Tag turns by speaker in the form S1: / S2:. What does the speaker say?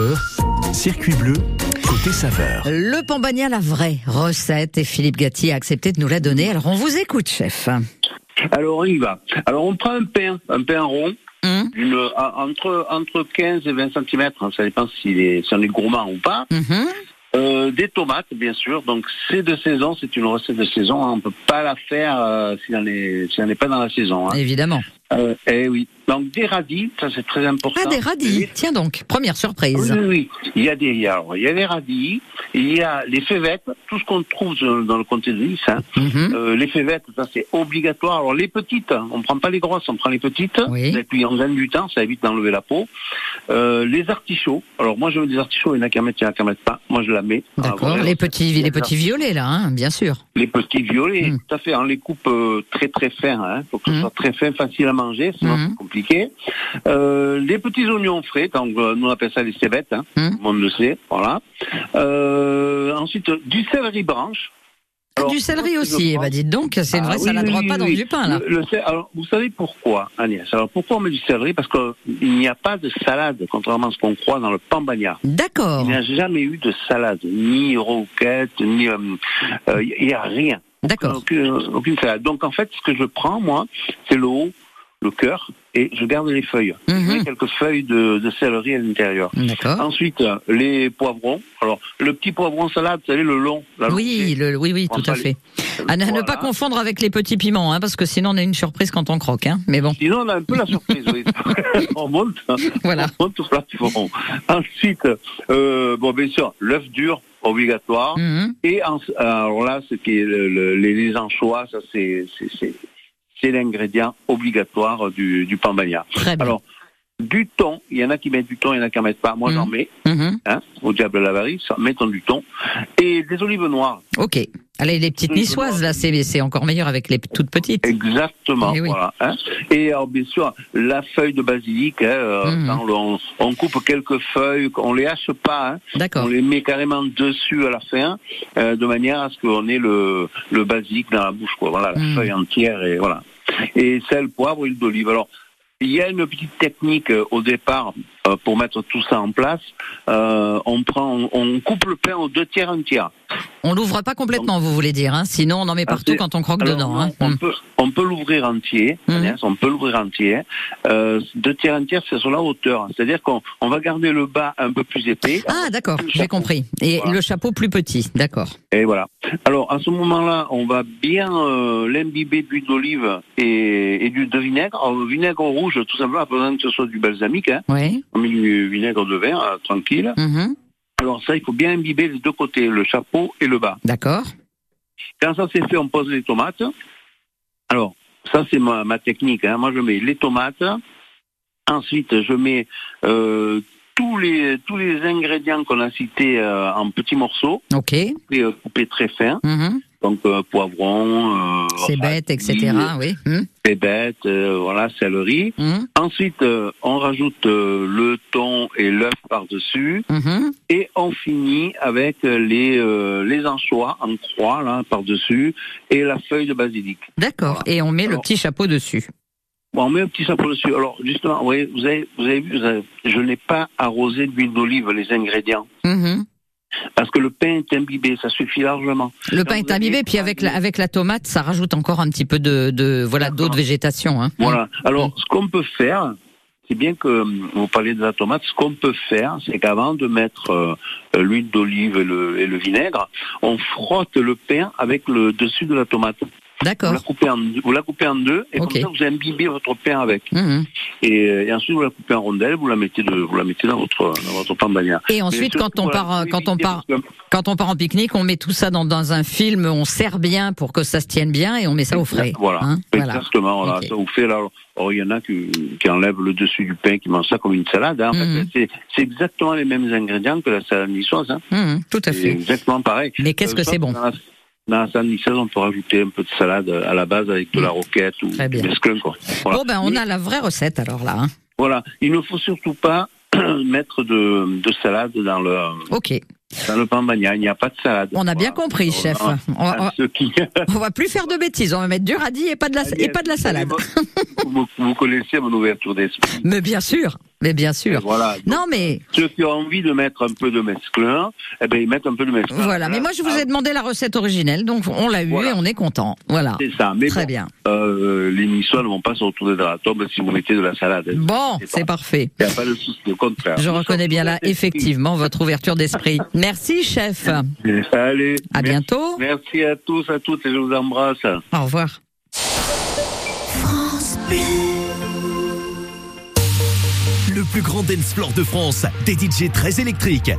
S1: 11h, circuit bleu, côté saveur.
S2: Le pambagna, la vraie recette, et Philippe Gatti a accepté de nous la donner. Alors on vous écoute, chef.
S3: Alors on y va. Alors on prend un pain, un pain rond,
S2: Hum,
S3: d'une- a- entre, entre 15 et 20 cm, ça dépend s'il est- si on est gourmand ou pas.
S2: mhm.
S3: Euh, des tomates, bien sûr, donc c'est de saison, c'est une recette de saison, hein. on peut pas la faire euh, si on n'est pas dans la saison. Hein.
S2: Évidemment.
S3: Euh, eh oui. Donc des radis, ça c'est très important.
S2: Ah, des radis. Tiens donc, première surprise.
S3: Oui, oui, oui. Il y a des, il y a, alors, il y a les radis, il y a les févettes, tout ce qu'on trouve dans dans le comté de Nice. hein.
S2: Mhm.
S3: Euh, les févettes, ça c'est obligatoire. Alors les petites, hein, on prend pas les grosses, on prend les petites.
S2: Oui.
S3: Et puis on gagne du temps, ça évite d'enlever la peau. Euh, les artichauts. Alors moi je veux des artichauts, il y en a qui en mettent, il y en a qui en mettent pas. Moi je la mets.
S2: D'accord.
S3: Ah, ouais.
S2: Les petits, les petits violets, là, hein, bien sûr.
S3: Les petits violets,
S2: Mm.
S3: tout à fait. On les coupe euh, très très fins. Hein. Faut que ce
S2: Mm.
S3: soit très fin, facile à manger, sinon
S2: Mm.
S3: c'est compliqué. Euh, les petits oignons frais, donc euh, nous on appelle ça les cébettes. Hein.
S2: Mm.
S3: Tout le monde le sait, voilà. Euh, ensuite du céleri branche.
S2: Ah,
S3: Alors,
S2: du céleri
S3: je
S2: aussi. Eh
S3: prends-
S2: ben, dites donc, c'est une
S3: Ah
S2: vraie
S3: oui,
S2: salade
S3: oui,
S2: repas
S3: oui,
S2: dans
S3: oui.
S2: du pain, là.
S3: Le- le cé- alors, vous savez pourquoi, Agnès Alors, pourquoi on met du céleri Parce qu'il n'y a pas de salade, contrairement à ce qu'on croit dans le pambagna. Il
S2: D'accord.
S3: n'y a jamais eu de salade, ni roquette, ni... euh, euh, Il n'y a rien,
S2: D'accord.
S3: aucune, aucune salade. Donc, en fait, ce que je prends, moi, c'est le haut, le cœur, et je garde les feuilles. Je mets
S2: Mhm. Ah.
S3: quelques feuilles de, de céleri à l'intérieur.
S2: hum. D'accord.
S3: Ensuite, euh, les poivrons. Alors, le petit poivron salade, vous savez, le long. la
S2: Oui, le, oui, oui,
S3: On
S2: tout à
S3: va
S2: fait.
S3: longue-
S2: À ne- ne pas
S3: Voilà.
S2: confondre avec les petits piments, hein, parce que sinon on a une surprise quand on croque. Hein. Mais bon,
S3: Sinon, on a un peu la surprise. oui. on monte, hein.
S2: voilà.
S3: on monte au plafond. Ensuite, euh, bon, bien sûr, l'œuf dur obligatoire.
S2: Mhm.
S3: Et en- alors là, ce qui est le- le- les, les anchois, ça c'est c'est c'est- c'est l'ingrédient obligatoire du du pambagna.
S2: Très bien.
S3: Alors du thon, il y en a qui mettent du thon, il y en a qui en mettent pas. Moi,
S2: Mhm.
S3: j'en mets.
S2: Mhm.
S3: Hein, au diable l'avarice, mettons du thon et des olives noires.
S2: Ok. Allez, les petites niçoises, là, c'est c'est encore meilleur avec les p- toutes petites.
S3: Exactement.
S2: Eh oui.
S3: Voilà. hein. Et alors, bien sûr, la feuille de basilic. hein, euh,
S2: Mhm.
S3: quand on, on coupe quelques feuilles, on les hache pas. hein,
S2: D'accord.
S3: On les met carrément dessus à la fin, euh, de manière à ce qu'on ait le, le basique dans la bouche, quoi. Voilà, la
S2: Mm.
S3: feuille entière et voilà. Et sel, poivre, huile d'olive. Alors, il y a une petite technique euh, au départ euh, pour mettre tout ça en place. Euh, on prend, on, on coupe le pain aux deux tiers, un tiers.
S2: On l'ouvre pas complètement, vous voulez dire. Hein. Sinon, on en met
S3: Ah,
S2: partout
S3: c'est-
S2: quand on croque
S3: Alors,
S2: dedans.
S3: non,
S2: Hein.
S3: on,
S2: Mhm.
S3: peut, on peut l'ouvrir entier,
S2: Mm.
S3: Agnès, on peut l'ouvrir entier. Euh, deux tiers, un tiers, c'est sur la hauteur. C'est-à-dire qu'on on va garder le bas un peu plus épais.
S2: Ah, d'accord,
S3: Le
S2: j'ai
S3: chapeau.
S2: compris. Et
S3: Voilà.
S2: le chapeau plus petit, d'accord.
S3: Et voilà. Alors, à ce moment-là, on va bien euh, l'imbiber d'huile d'olive et, et du de vinaigre. Alors, vinaigre rouge, tout simplement, pas besoin que ce soit du balsamique. Hein.
S2: Oui.
S3: On met du vinaigre de vin, euh, tranquille.
S2: Mhm.
S3: Alors ça, il faut bien imbiber les deux côtés, le chapeau et le bas.
S2: D'accord.
S3: Quand ça c'est fait, on pose les tomates. Alors, ça, c'est ma, ma technique. hein. Moi, je mets les tomates. Ensuite, je mets euh, tous, les, tous les ingrédients qu'on a cités euh, en petits morceaux,
S2: Ok.
S3: et, euh, coupés très fins.
S2: Mhm.
S3: donc euh, poivron, euh,
S2: C'est bête,
S3: radis,
S2: etc. Oui. Mhm.
S3: cébette, euh, voilà, céleri.
S2: Mhm.
S3: Ensuite, euh, on rajoute euh, le thon et l'œuf par-dessus,
S2: Mhm.
S3: et on finit avec euh, les euh, les anchois en croix là par-dessus et la feuille de basilic.
S2: D'accord. Et on met le
S3: Alors-
S2: petit chapeau dessus.
S3: Bon, on met un petit chapeau dessus. Alors justement, vous voyez, vous avez, vous avez vu, vous avez- je n'ai pas arrosé d'huile d'olive les ingrédients
S2: Mhm.
S3: parce que le pain est imbibé, ça suffit largement.
S2: Le pain
S3: vous
S2: est
S3: avez
S2: imbibé, puis avec la,
S3: enlevé-
S2: avec la tomate, ça rajoute encore un petit peu de, de voilà
S3: D'accord.
S2: d'autres végétations. Hein.
S3: Voilà. Alors, ce qu'on peut faire, c'est bien que hum, vous parlez de la tomate, ce qu'on peut faire, c'est qu'avant de mettre euh, euh, l'huile d'olive et le, et le vinaigre, on frotte le pain avec le dessus de la tomate. Vous la
S2: D'accord.
S3: coupez en, vous la coupez en deux et
S2: Ok.
S3: comme ça, vous imbibez votre pain avec.
S2: Mhm.
S3: Et, euh, et ensuite, vous la coupez en rondelles, vous la mettez, de, vous la mettez dans votre, dans votre pain bagnat.
S2: Et ensuite, quand on part, euh, quand on part, quand on part en pique-nique, on met tout ça dans, dans un film, on serre bien pour que ça se tienne bien et on met ça au frais.
S3: Voilà.
S2: Hein, voilà.
S3: Exactement, voilà.
S2: Ok.
S3: ça vous fait là. Or, il y en a qui, qui enlèvent le dessus du pain, qui mangent ça comme une salade. hein. En fait,
S2: Mhm.
S3: c'est- c'est exactement les mêmes ingrédients que la salade niçoise. Hein.
S2: Mhm, tout à
S3: C'est
S2: fait.
S3: exactement pareil.
S2: Mais qu'est-ce
S3: Euh,
S2: que
S3: sauf
S2: c'est bon
S3: Dans la, dans la salade niçoise, on peut rajouter un peu de salade à la base avec de la roquette ou
S2: Mhm. Très bien.
S3: des mesclun, quoi. Voilà.
S2: Bon ben on
S3: Mais
S2: a la vraie recette alors là. hein.
S3: voilà, il ne faut surtout pas mettre de, de salade dans le
S2: Ok,
S3: dans le pain bagnat. Il n'y a pas de salade.
S2: on a bien
S3: Voilà.
S2: compris,
S3: Voilà.
S2: chef. On
S3: À
S2: va,
S3: ceux qui-
S2: on va plus faire de bêtises. On va mettre du radis et pas de la et pas de la salade.
S3: Vous, vous connaissez mon ouverture d'esprit.
S2: Mais bien sûr. Mais bien sûr.
S3: Voilà. Donc,
S2: Non, mais
S3: Ceux qui ont envie de mettre un peu de mesclun, eh ben, ils mettent un peu de mesclun. Ah,
S2: voilà. Mais moi, je vous ai demandé la recette originelle, donc on l'a eu
S3: Voilà.
S2: et on est content. Voilà.
S3: C'est ça. Mais
S2: Très
S3: bon,
S2: bien.
S3: euh, les Niçois ne vont pas se retrouver dans la tombe si vous mettez de la salade. Il
S2: Bon,
S3: c'est
S2: c'est
S3: pas-
S2: parfait.
S3: n'y a pas de souci, au contraire.
S2: Je
S3: Nous
S2: reconnais
S3: sommes
S2: bien
S3: tous
S2: là,
S3: des-
S2: effectivement, votre ouverture d'esprit. Merci, chef.
S3: Allez.
S2: À
S3: merci-
S2: bientôt.
S3: Merci à tous, à toutes, et je vous embrasse.
S2: Au revoir.
S1: Le plus grand dance floor de France, des DJ très électriques,